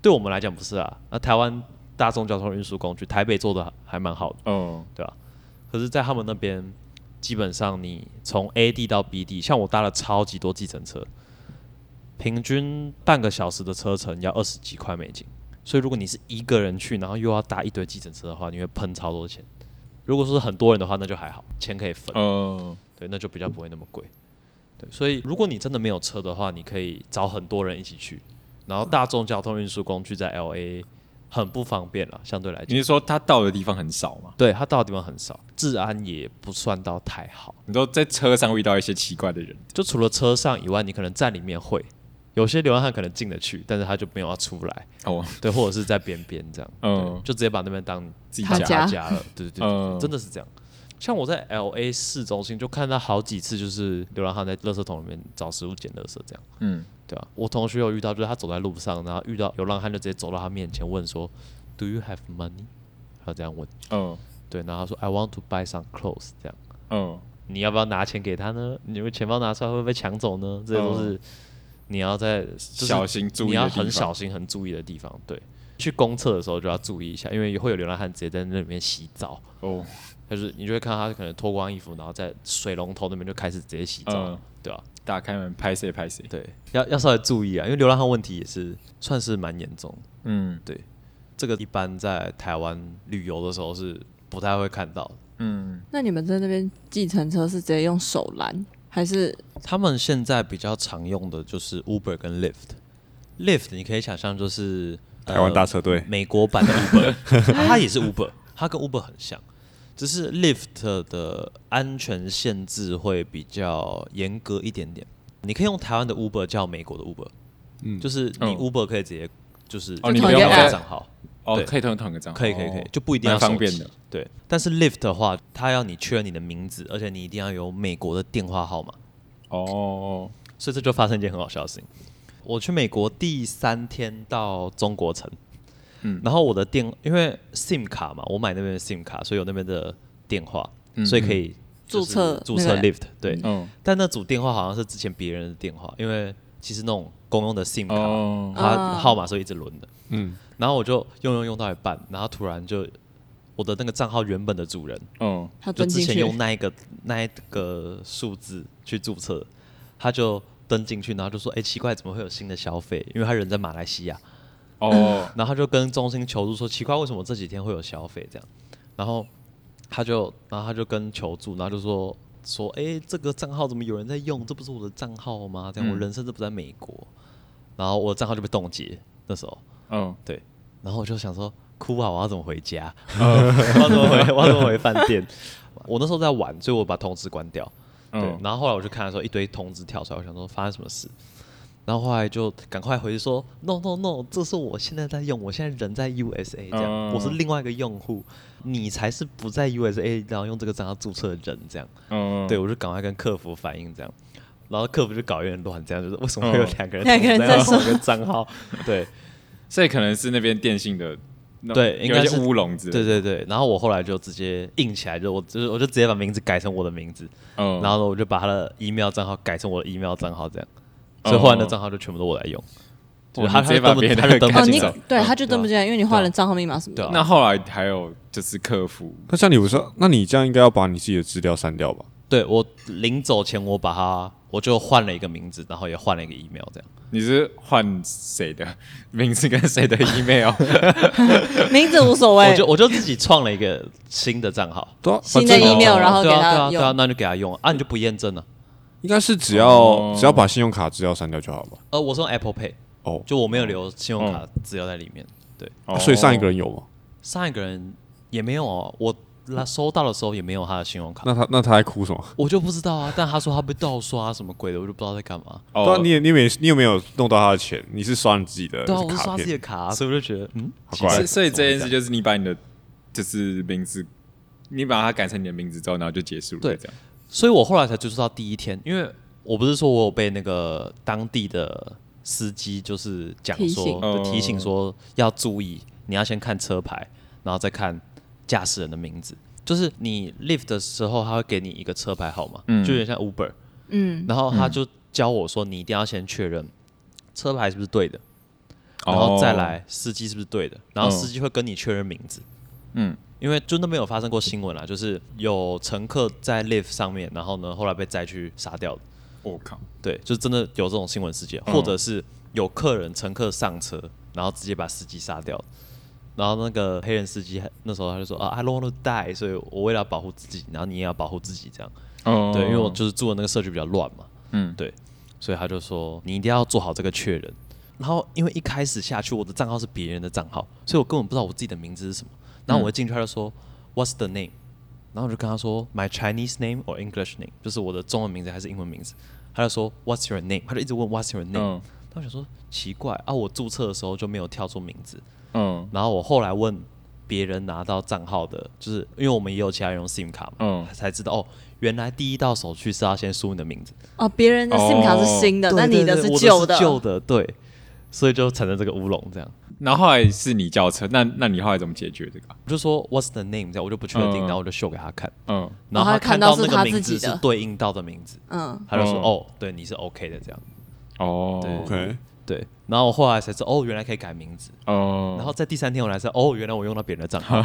S1: 对我们来讲不是啊，那台湾大众交通运输工具，台北做的还蛮好的，
S3: 哦，
S1: 对吧、可是，在他们那边，基本上你从 A 地到 B 地，像我搭了超级多计程车，平均半个小时的车程要二十几块美金。所以，如果你是一个人去，然后又要搭一堆计程车的话，你会喷超多钱。如果说是很多人的话，那就还好，钱可以分。
S3: 哦，
S1: 对，那就比较不会那么贵。对，所以如果你真的没有车的话，你可以找很多人一起去，然后大众交通运输工具在 L A 很不方便了，相对来
S3: 你
S1: 讲。
S3: 是说他到的地方很少吗？
S1: 对他到的地方很少，治安也不算到太好。
S3: 你都在车上会遇到一些奇怪的人，
S1: 就除了车上以外，你可能站里面会有些流浪汉可能进得去，但是他就没有要出来，
S3: 哦，
S1: 对，或者是在边边这样，
S3: 嗯
S1: 嗯，就直接把那边当
S3: 自己
S4: 他
S3: 家
S4: 家
S1: 家了，对对对对
S3: 嗯
S1: 对，真的是这样。像我在 L A 市中心就看到好几次，就是流浪汉在垃圾桶里面找食物捡垃圾这样，
S3: 嗯，
S1: 对啊，我同学有遇到，就是他走在路上，然后遇到流浪汉就直接走到他面前问说，Do you have money？他这样问，
S3: 哦，
S1: 对，然后他说 I want to buy some clothes 这样。
S3: 哦，
S1: 你要不要拿钱给他呢？你们钱包拿出来会不会被抢走呢？这些都是你要在、就是
S3: 哦小心注意
S1: 你
S3: 的
S1: 要
S3: 地方
S1: 很小心、很注意的地方。对，去公厕的时候就要注意一下，因为会有流浪汉直接在那里面洗澡，
S3: 哦，
S1: 就是你就会看到他可能脱光衣服，然后在水龙头那边就开始直接洗澡，
S3: 嗯
S1: 对吧、啊
S3: 打开门拍谁拍谁，
S1: 对，要要稍微注意啊，因为流浪汉问题也是算是蛮严重的。
S3: 嗯
S1: 对，这个一般在台湾旅游的时候是不太会看到的。
S3: 嗯，
S4: 那你们在那边计程车是直接用手拦，还是
S1: 他们现在比较常用的就是 Uber 跟 Lyft。Lyft 你可以想象就是、呃
S2: 台湾大车队
S1: 美国版的 Uber，它也是 Uber，它跟 Uber 很像，只是 Lyft 的安全限制会比较严格一点点。你可以用台湾的 Uber 叫美国的 Uber，
S2: 嗯
S1: 就是你
S3: 哦
S1: Uber 可以直接就是
S3: 哦你
S1: 不
S4: 不用
S1: 开
S4: 在
S1: 账号，
S3: 哦，
S1: 对
S3: 可以同同个账号，
S1: 可以可以可以
S3: 哦，
S1: 就不一定要
S3: 蛮方
S1: 手
S3: 便
S1: 机
S3: 的。
S1: 对，但是 Lyft 的话，它要你确认你的名字，而且你一定要有美国的电话号码。
S3: 哦，
S1: 所以这就发生一件很好笑的事情。我去美国第三天到中国城，
S3: 嗯
S1: 然后我的电因为 SIM 卡嘛，我买那边的 SIM 卡，所以有那边的电话，
S3: 嗯
S1: 所以可以就是
S4: 注册
S1: 注册
S4: 那个
S1: Lift 对。
S3: 嗯，
S1: 但那组电话好像是之前别人的电话，因为其实那种公用的 SIM 卡，
S3: 哦，
S1: 它
S4: 啊
S1: 号码是会一直轮的。
S2: 嗯，
S1: 然后我就用用用到一半，然后突然就我的那个账号原本的主人
S3: 哦，
S4: 他
S1: 就
S4: 蹲
S1: 之
S4: 进
S1: 前
S4: 去？
S1: 用那一个那一个数字去注册，他就登进去，然后就说：“哎、奇怪，怎么会有新的消费？因为他人在马来西亚。”
S3: 哦，
S1: 然后他就跟中心求助说：“奇怪，为什么这几天会有消费？”这样，然后他就，然后他就跟求助，然后就说：“说，哎、这个账号怎么有人在用？这不是我的账号吗？这样，我
S3: 嗯
S1: 人生这不在美国。然后我的账号就被冻结，那时候
S3: 哦，
S1: 对，然后我就想说，哭啊，我要怎么回 家？
S3: 嗯
S1: 我要怎么回？我要怎么回饭店？我那时候在玩，所以我把通知关掉。对，
S3: 哦，
S1: 然后后来我就看的时候，一堆通知跳出来，我想说发生什么事。然后后来就赶快回去说，no no no，这是我现在在用，我现在人在 USA，这样，
S3: 嗯
S1: 我是另外一个用户，你才是不在 USA，然后用这个账号注册的人，这样。
S3: 哦，
S1: 对，我就赶快跟客服反映这样，然后客服就搞有点乱，这样就是为什么会有
S3: 嗯
S1: 两个人
S4: 两个人
S1: 同
S4: 在
S1: 同
S4: 说
S1: 一个账号？对，
S3: 所以可能是那边电信的，那
S1: 对应
S3: 有
S1: 该
S3: 一些
S1: 是
S3: 乌龙之类
S1: 对
S3: 的，
S1: 对对，然后我后来就直接硬起来，就我就是我就直接把名字改成我的名字，
S3: 哦，
S1: 然后呢我就把他的 email 账号改成我的 email 账号，这样，所以后来那账号就全部都我来用，
S3: 哦
S1: 就是他
S3: 你
S1: 他
S3: 直接
S1: 就
S3: 把
S1: 登
S3: 别
S1: 不
S3: 人
S1: 他就登
S3: 的
S1: 不
S4: 哦，
S3: 改
S1: 进
S4: 你
S3: 进
S1: 来
S3: 来，
S4: 对他就蹲不进来，因为你换了账号密码什
S1: 嗯
S4: 么
S1: 啊对
S4: 的
S1: 啊。
S3: 那后来还有就是客服，
S2: 那像你我说，那你这样应该要把你自己的资料删掉吧？
S1: 对我临走前我把他我就换了一个名字，然后也换了一个 email 这样，
S3: 你是换谁的名字跟谁的 email？
S4: 名字无所
S1: 啊我
S4: 谓
S1: 就，我就自己创了一个新的账号。
S2: 对啊，
S4: 新
S2: 反
S4: 的
S2: 正
S4: email，
S1: 哦
S4: 然后给
S1: 对啊对
S4: 他
S1: 啊对啊，
S4: 用。
S1: 那就给他用啊，你就不验证了。
S2: 应该是只
S1: 哦
S2: 要只要把信用卡资料删掉就好吧？
S1: 呃，我是用 Apple Pay，
S2: 哦，
S1: 就我没有留信用卡
S3: 嗯
S1: 资料在里面。对，
S2: 啊所以上一
S1: 哦
S2: 个人有吗？
S1: 上一个人也没有哦，我那收到的时候也没有他的信用卡，
S2: 那他那他还哭什么？
S1: 我就不知道啊。但他说他被盗刷什么鬼的，我就不知道在干嘛。
S3: 哦，
S2: 对啊，你也你也没你有没有弄到他的钱？你是刷你自己的
S1: 对啊，我是
S2: 卡
S1: 刷自己的
S2: 片？
S1: 卡啊、所以我就觉得嗯，
S2: 好
S1: 奇怪
S2: 怪
S3: 哦所以所以这件事
S1: 怎么会样
S3: 就是你把你的就是名字，你把它改成你的名字之后，然后就结束了，
S1: 对
S3: 这样。
S1: 所以我后来才接触到第一天，因为我不是说我有被那个当地的司机就是讲
S4: 提
S1: 说
S4: 醒
S1: 就提
S3: 哦
S1: 醒说要注意，你要先看车牌，然后再看驾驶人的名字。就是你 lift 的时候，他会给你一个车牌号码，
S3: 嗯
S1: 就有点像 Uber，
S4: 嗯，
S1: 然后他就教我说，你一定要先确认车牌是不是对的，然
S3: 哦
S1: 后再，来司机是不是对的，然后
S3: 嗯
S1: 司机会跟你确认名字，
S3: 嗯，
S1: 因为真的没有发生过新闻啦，就是有乘客在 lift 上面，然后呢后来被载去杀掉的，
S3: 我靠，
S1: 对，就真的有这种新闻事件，
S3: 嗯
S1: 或者是有客人乘客上车，然后直接把司机杀掉。然后那个黑人司机还那时候他就说啊，I don't want to die，所以我为了保护自己，然后你也要保护自己，这样。
S3: 哦
S1: 对，因为我就是住的那个社区比较乱嘛，
S3: 嗯
S1: 对，所以他就说你一定要做好这个确认。然后因为一开始下去我的账号是别人的账号，所以我根本不知道我自己的名字是什么。然
S3: 嗯
S1: 后我一进去他就说、What's the name？然后我就跟他说 My Chinese name or English name，就是我的中文名字还是英文名字。他就说 What's your name？他就一直问 What's your name？、
S3: 嗯
S1: 那我想说奇怪啊，我注册的时候就没有跳出名字，
S3: 嗯
S1: 然后我后来问别人拿到账号的，就是因为我们也有其他人用 SIM 卡嘛，
S3: 嗯
S1: 才知道哦，原来第一道手续是要先输你的名字，
S4: 哦，别人的
S3: 哦
S4: SIM 卡是新的，
S1: 对
S4: 但你
S1: 对对
S4: 是
S1: 我
S4: 旧
S1: 的，旧的，对，所以就产生这个乌龙这样。
S3: 然后后来是你叫车，那那你后来怎么解决这个啊？
S1: 我就说 What's the name？这样我就不确定，
S3: 嗯
S1: 然后我就秀给他看，
S3: 嗯，
S1: 然后
S4: 他
S1: 看
S4: 看到
S1: 那
S4: 是
S1: 个
S4: 他
S1: 名
S4: 自
S1: 字
S4: 己的
S1: 是对应到的名字，
S4: 嗯，
S1: 他就说
S3: 嗯
S1: 哦，对，你是 OK 的这样，
S3: 哦，
S2: OK，
S1: 对。然后我后来才知道哦，原来可以改名字，
S3: 哦，
S1: 然后在第三天我来才哦，原来我用到别人的账 号，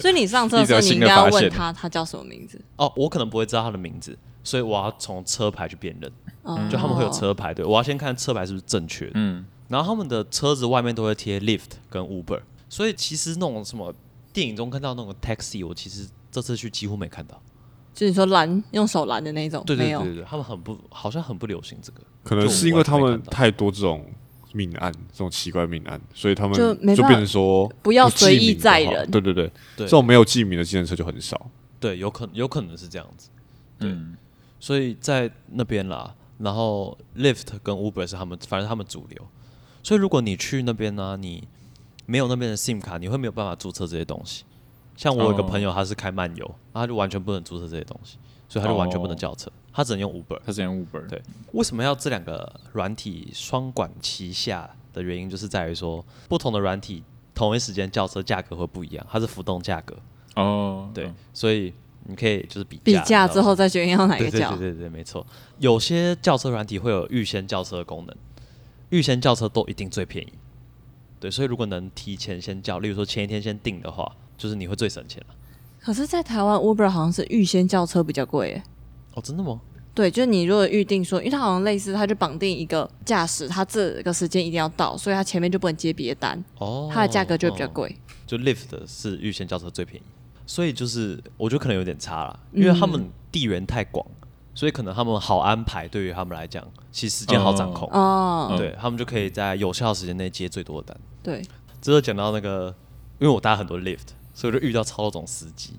S4: 所以你上车的时候，
S3: 一则
S4: 你
S3: 新
S4: 应
S3: 的
S4: 该要
S3: 发现
S4: 问他他叫什么名字。
S1: 哦，我可能不会知道他的名字，所以我要从车牌去辨认。
S4: 哦
S1: 嗯就他们会有，车牌，对我要先看车牌是不是正确的。
S3: 嗯
S1: 然后他们的车子外面都会贴 Lyft 跟 Uber，所以其实那种什么电影中看到那种 taxi，我其实这次去几乎没看到。
S4: 就你说拦用手拦的那种，
S1: 对
S4: 没
S1: 对
S4: 有
S1: 对对，对他们很不好像很不流行这个，
S2: 可能是因为他
S1: 就我
S2: 们
S1: 完全没看到
S2: 太多这种命案，这种奇怪命案，所以他们
S4: 就没办
S2: 就
S4: 法
S2: 变成说
S4: 不要
S2: 记名
S4: 随意
S2: 的
S4: 载
S2: 话
S4: 人
S2: 对对对，
S1: 对
S2: 这种没有记名的计程车就很 少。
S1: 对，有可能有可能是这样子，
S3: 嗯，
S1: 所以在那边啦，然后 Lyft 跟 Uber 是他们，反正他们主流。所以如果你去那边呢、你没有那边的 SIM 卡，你会没有办法注册这些东西。像我有一个
S3: 哦
S1: 朋友，他是开漫游，他就完全不能注册这些东西，所以他就完全不能
S3: 哦
S1: 叫车，他只能用 Uber。
S3: 他之前 Uber，
S1: 对，为什么要这两个软体双管齐下的原因，就是在于说不同的软体同一时间叫车价格会不一样，它是浮动价格，
S3: 哦，
S1: 对，所以你可以就是比价
S4: 比
S1: 比
S4: 价之后再决定要哪一
S1: 对
S4: 个
S1: 对
S4: 叫
S1: 对。对对，没错，有些轿车软体会有预先叫车的功能，预先叫车都一定最便宜，对，所以如果能提前先叫，例如说前一天先订的话，就是你会最省钱了。
S4: 可是，在台湾 Uber 好像是预先叫车比较贵耶。
S1: 哦，真的吗？
S4: 对，就是你如果预定说，因为它好像类似，它就绑定一个驾驶，它这个时间一定要到，所以它前面就不能接别的单，
S1: 哦，
S4: 它的价格就会比较
S1: 哦
S4: 贵。
S1: 就 Lyft 是预先叫车最便宜，所以就是我觉得可能有点差啦，
S4: 嗯
S1: 因为他们地缘太广，所以可能他们好安排，对于他们来讲，其实时间好掌控，
S4: 哦，
S1: 对他们就可以在有效时间内接最多的单。
S4: 对，
S1: 这就讲到那个，因为我搭很多 Lyft，所以我就遇到超多种司机。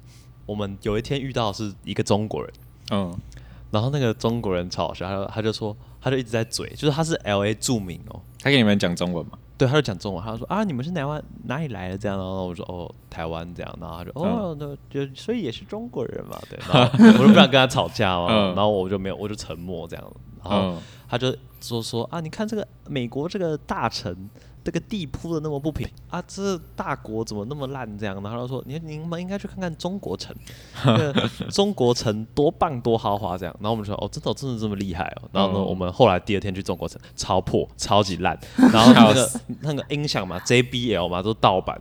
S1: 我们有一天遇到的是一个中国人，
S3: 嗯，
S1: 然后那个中国人超好笑，他就他就说，他就一直在嘴，就是他是 L A 著名哦，
S3: 他给你们讲中文嘛？
S1: 对，他就讲中文，他就说啊，你们是哪湾哪里来的这样，然后我说哦，台湾这样，然后他就哦，那就所以也是中国人嘛，对，然后我就不想跟他吵架嘛，
S3: 嗯
S1: 然后我就没有，我就沉默这样，然后
S3: 嗯
S1: 他就说说啊，你看这个美国这个大城。这个地铺的那么不平啊，这大国怎么那么烂这样？然后他就说，你你们应该去看看中国城，那个中国城多棒多豪华这样。然后我们说，哦，真的真的这么厉害哦。然后呢，
S3: 嗯
S1: 我们后来第二天去中国城，超破，超级烂，然后那
S3: 笑
S1: 个那个音响嘛，JBL 嘛，都盗版，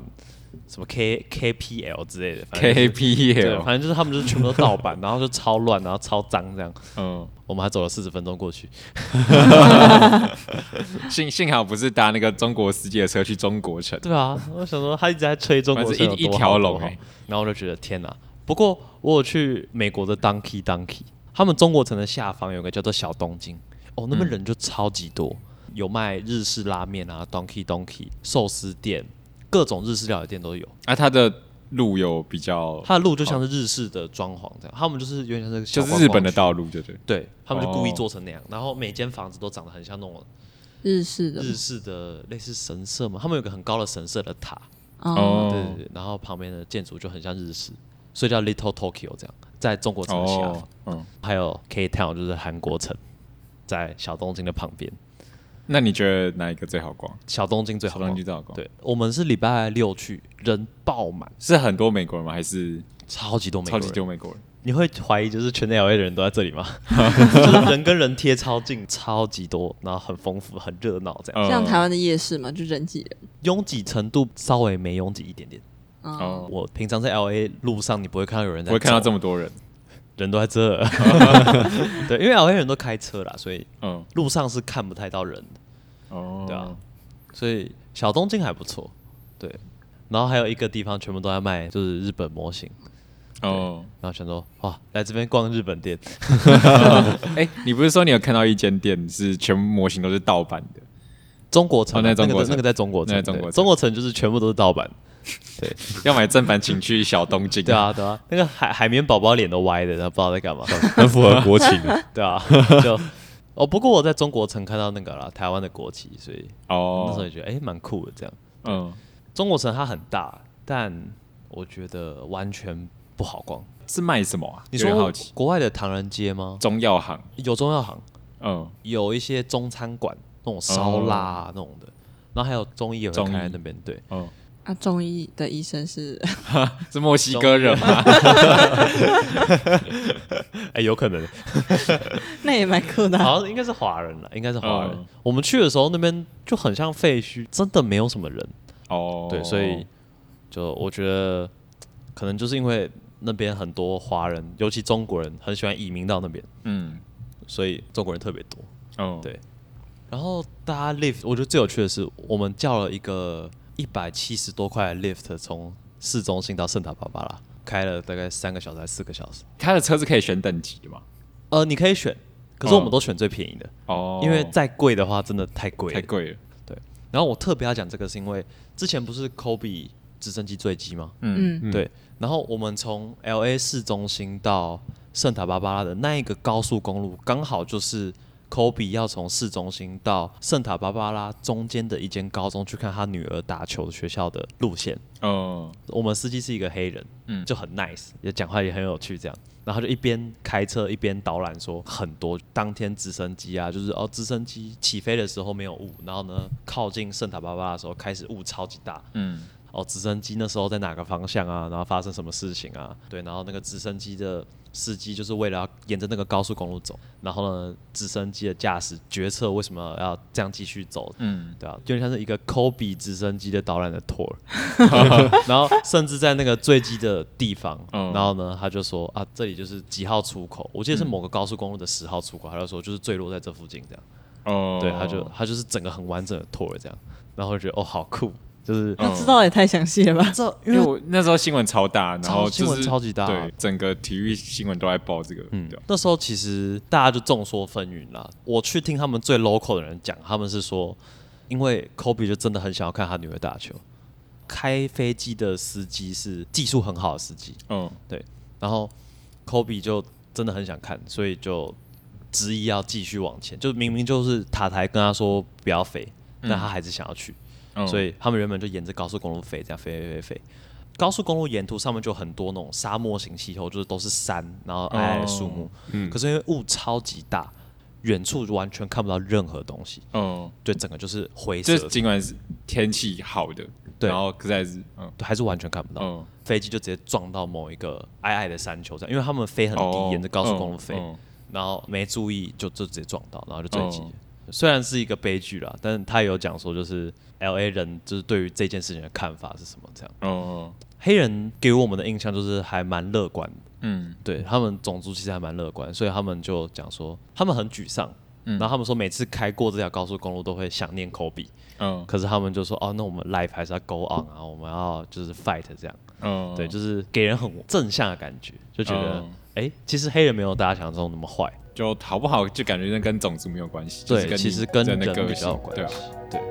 S1: 什么 K KPL 之类的反正就是对，反
S3: KPL，
S1: 正就是他们就是全部都盗版，然后就超乱，然后超脏这样。
S3: 嗯，
S1: 我们还走了四十分钟过去，
S3: 幸幸好不是搭那个中国司机的车去中国城，
S1: 对啊，我想说他一直在吹中国
S3: 反正
S1: 车有
S3: 一
S1: 多好
S3: 一条龙
S1: 多好
S3: 欸
S1: 然后我就觉得天哪、不过我有去美国的 Donkey Donkey，他们中国城的下方有个叫做小东京，哦，那边人就超级多，
S3: 嗯
S1: 有卖日式拉面啊，Donkey Donkey 寿司店，各种日式料理店都有。
S3: 啊，他的路有比较，
S1: 它的路就像是日式的装潢这样，他们就是有点像这个小
S3: 就
S1: 观
S3: 是
S1: 光
S3: 日本的
S1: 区，
S3: 道路，对不对？
S1: 对他们就故意
S3: 哦
S1: 做成那样，然后每间房子都长得很像那种
S4: 日式的
S1: 日式的类似神社嘛，他们有个很高的神社的塔，
S4: 哦，
S1: 对对对，然后旁边的建筑就很像日式，所以叫 Little Tokyo 这样，在中国城的下方，
S3: 哦，嗯，
S1: 还有 K Town 就是韩国城，在小东京的旁边，
S3: 那你觉得哪一个最好逛？
S1: 小东京最好
S3: 小东
S1: 逛
S3: 京最好逛，，
S1: 对，我们是礼拜六去，人爆满，
S3: 是很多美国人吗？还是
S1: 超级多美国
S3: 超
S1: 人，
S3: 级多美国人？
S1: 你会怀疑就是全 L A 的人都在这 里吗？就是人跟人贴超近，超级多，然后很丰富、很热闹，这样
S3: 嗯
S4: 像台湾的夜市嘛，就人挤人。
S1: 拥挤程度稍微没拥挤一点点。
S4: 哦，
S3: 哦，
S1: 我平常在 L A 路上，你不会看到有人在
S3: 我
S1: 走，
S3: 会看到这么多人，
S1: 人都在这儿。 对，因为 L A 人都开车啦，所以
S3: 嗯，
S1: 路上是看不太到人的，
S3: 哦，
S1: 对啊，所以小东京还不错，对。然后还有一个地方全部都在卖就是日本模型，
S3: 哦，
S1: 然后想说哇，来这边逛日本店，
S3: 哎、你不是说你有看到一间店是全部模型都是盗版的？
S1: 中国城
S3: 哦
S1: 啊、
S3: 那中
S1: 个
S3: 国
S1: 在那
S3: 城
S1: 个在中国城，
S3: 那在中
S1: 对
S3: 国城
S1: 中国城就是全部都是盗 版，
S3: 要买正版，请去小东京。
S1: 对，啊对啊，那个海海绵宝宝脸都歪的，他不知道在干 嘛，
S2: 很符合国情的。
S1: 对啊，就哦，不过我在中国城看到那个啦，台湾的国旗，所以那时候
S3: 哦
S1: 也，觉得哎蛮、酷的这样。
S3: 嗯，
S1: 中国城它很大，但我觉得完全不好逛。
S3: 是卖什么啊？
S1: 你
S3: 有点好
S1: 说
S3: 奇，
S1: 国外的唐人街吗？
S3: 中药行，
S1: 有中药行，
S3: 嗯，
S1: 有一些中餐馆那种烧腊、啊那种的，然后还有中医也会
S3: 中医
S1: 开在那边，对，
S3: 哦，
S4: 啊，中医的医生是
S3: 是墨西哥人吗？
S1: 哎、有可能，
S4: 那也蛮酷的啊、
S1: 好像应该是华人了，应该是华人。
S3: 嗯
S1: 我们去的时候那边就很像废墟，真的没有什么人，
S3: 哦，
S1: 对，所以就我觉得可能就是因为那边很多华人，尤其中国人很喜欢移民到那边，
S3: 嗯，
S1: 所以中国人特别多。
S3: 哦，
S1: 对然后大家 lift，我觉得最有趣的是，我们叫了一个一百七十多块的 lift，从市中心到圣塔芭芭拉，开了大概三个小时还是四个小时。
S3: 他的车是可以选等级的嘛？
S1: 呃，你可以选，可是我们
S3: 哦
S1: 都选最便宜的，
S3: 哦，
S1: 因为再贵的话真的太贵了
S3: 太。贵了，
S1: 然后我特别要讲这个，是因为之前不是 Kobe 直升机坠机吗？
S3: 嗯，
S4: 嗯，
S2: 嗯
S1: 对，然后我们从 L A 市中心到圣塔芭芭拉的那一个高速公路，刚好就是科比要从市中心到圣塔芭芭拉中间的一间高中去看他女儿打球的学校的路线。
S3: 哦，
S1: 我们司机是一个黑人，
S3: 嗯
S1: 就很 nice，也讲话也很有趣，这样。然后他就一边开车一边导览，说很多当天直升机啊，就是哦，直升机起飞的时候没有雾，然后呢，靠近圣塔芭芭拉的时候开始雾超级大，
S3: 嗯，
S1: 哦，直升机那时候在哪个方向啊？然后发生什么事情啊？对，然后那个直升机的司机就是为了要沿着那个高速公路走，然后呢，直升机的驾驶决策为什么要这样继续走？
S3: 嗯，
S1: 对啊，就有点像是一个 Kobe 直升机的导览的 tour，然后甚至在那个坠机的地方，
S3: 嗯
S1: 然后呢，他就说啊，这里就是几号出口，我记得是某个高速公路的十号出口，他就说就是坠落在这附近这样。
S3: 哦，
S1: 对，他就他就是整个很完整的 tour 这样，然后我就觉得哦好酷，就是
S3: 哦
S4: 他知道也太详细了吧？
S1: 这
S3: 因为我那时候新闻超大，然后
S1: 超新
S3: 就
S1: 闻
S3: 是
S1: 超级大
S3: 对，整个体育新闻都在报这个，嗯，
S1: 那时候其实大家就众说纷纭啦。我去听他们最 local 的人讲，他们是说，因为 Kobe 就真的很想要看他女儿打球。开飞机的司机是技术很好的司机，
S3: 哦，
S1: 对。然后 Kobe 就真的很想看，所以就执意要继续往前。就明明就是塔台跟他说不要飞，但他还是想要去。
S3: 嗯哦
S1: 所以他们原本就沿着高速公路飞，这样飞飞飞飞。高速公路沿途上面就很多那种沙漠型气候，就是都是山，然后矮
S3: 哦
S1: 矮的树木。
S3: 嗯
S1: 可是因为雾超级大，远处完全看不到任何东西，
S3: 哦，
S1: 对，整个就是灰色
S3: 就，尽管是天气好的，
S1: 对
S3: 然后可是还是，嗯，
S1: 还是完全看不到。
S3: 哦，
S1: 飞机就直接撞到某一个矮矮的山丘上，因为他们飞很低，
S3: 哦
S1: 沿着高速公路飞，
S3: 哦哦
S1: 然后没注意就就直接撞到，然后就坠机。
S3: 哦
S1: 虽然是一个悲剧啦，但是他有讲说，就是 L A 人就是对于这件事情的看法是什么这样。
S3: 哦，
S1: 黑人给我们的印象就是还蛮乐观的，
S3: 嗯，
S1: 对他们种族其实还蛮乐观，所以他们就讲说他们很沮丧，
S3: 嗯
S1: 然后他们说每次开过这条高速公路都会想念科比，
S3: 哦，
S1: 可是他们就说哦，那我们 life 还是要 go on 啊，我们要就是 fight 这样，
S3: 哦，
S1: 对，就是给人很正向的感觉，就觉得
S3: 哦
S1: 哎、诶其实黑人没有大家想象中那么坏，
S3: 就好不好，就感觉那跟种族没有关系，就
S1: 对
S3: 是，跟
S1: 其
S3: 你
S1: 实跟
S3: 人
S1: 人
S3: 的个
S1: 比较有
S3: 性，
S1: 关
S3: 对啊
S1: 系，对。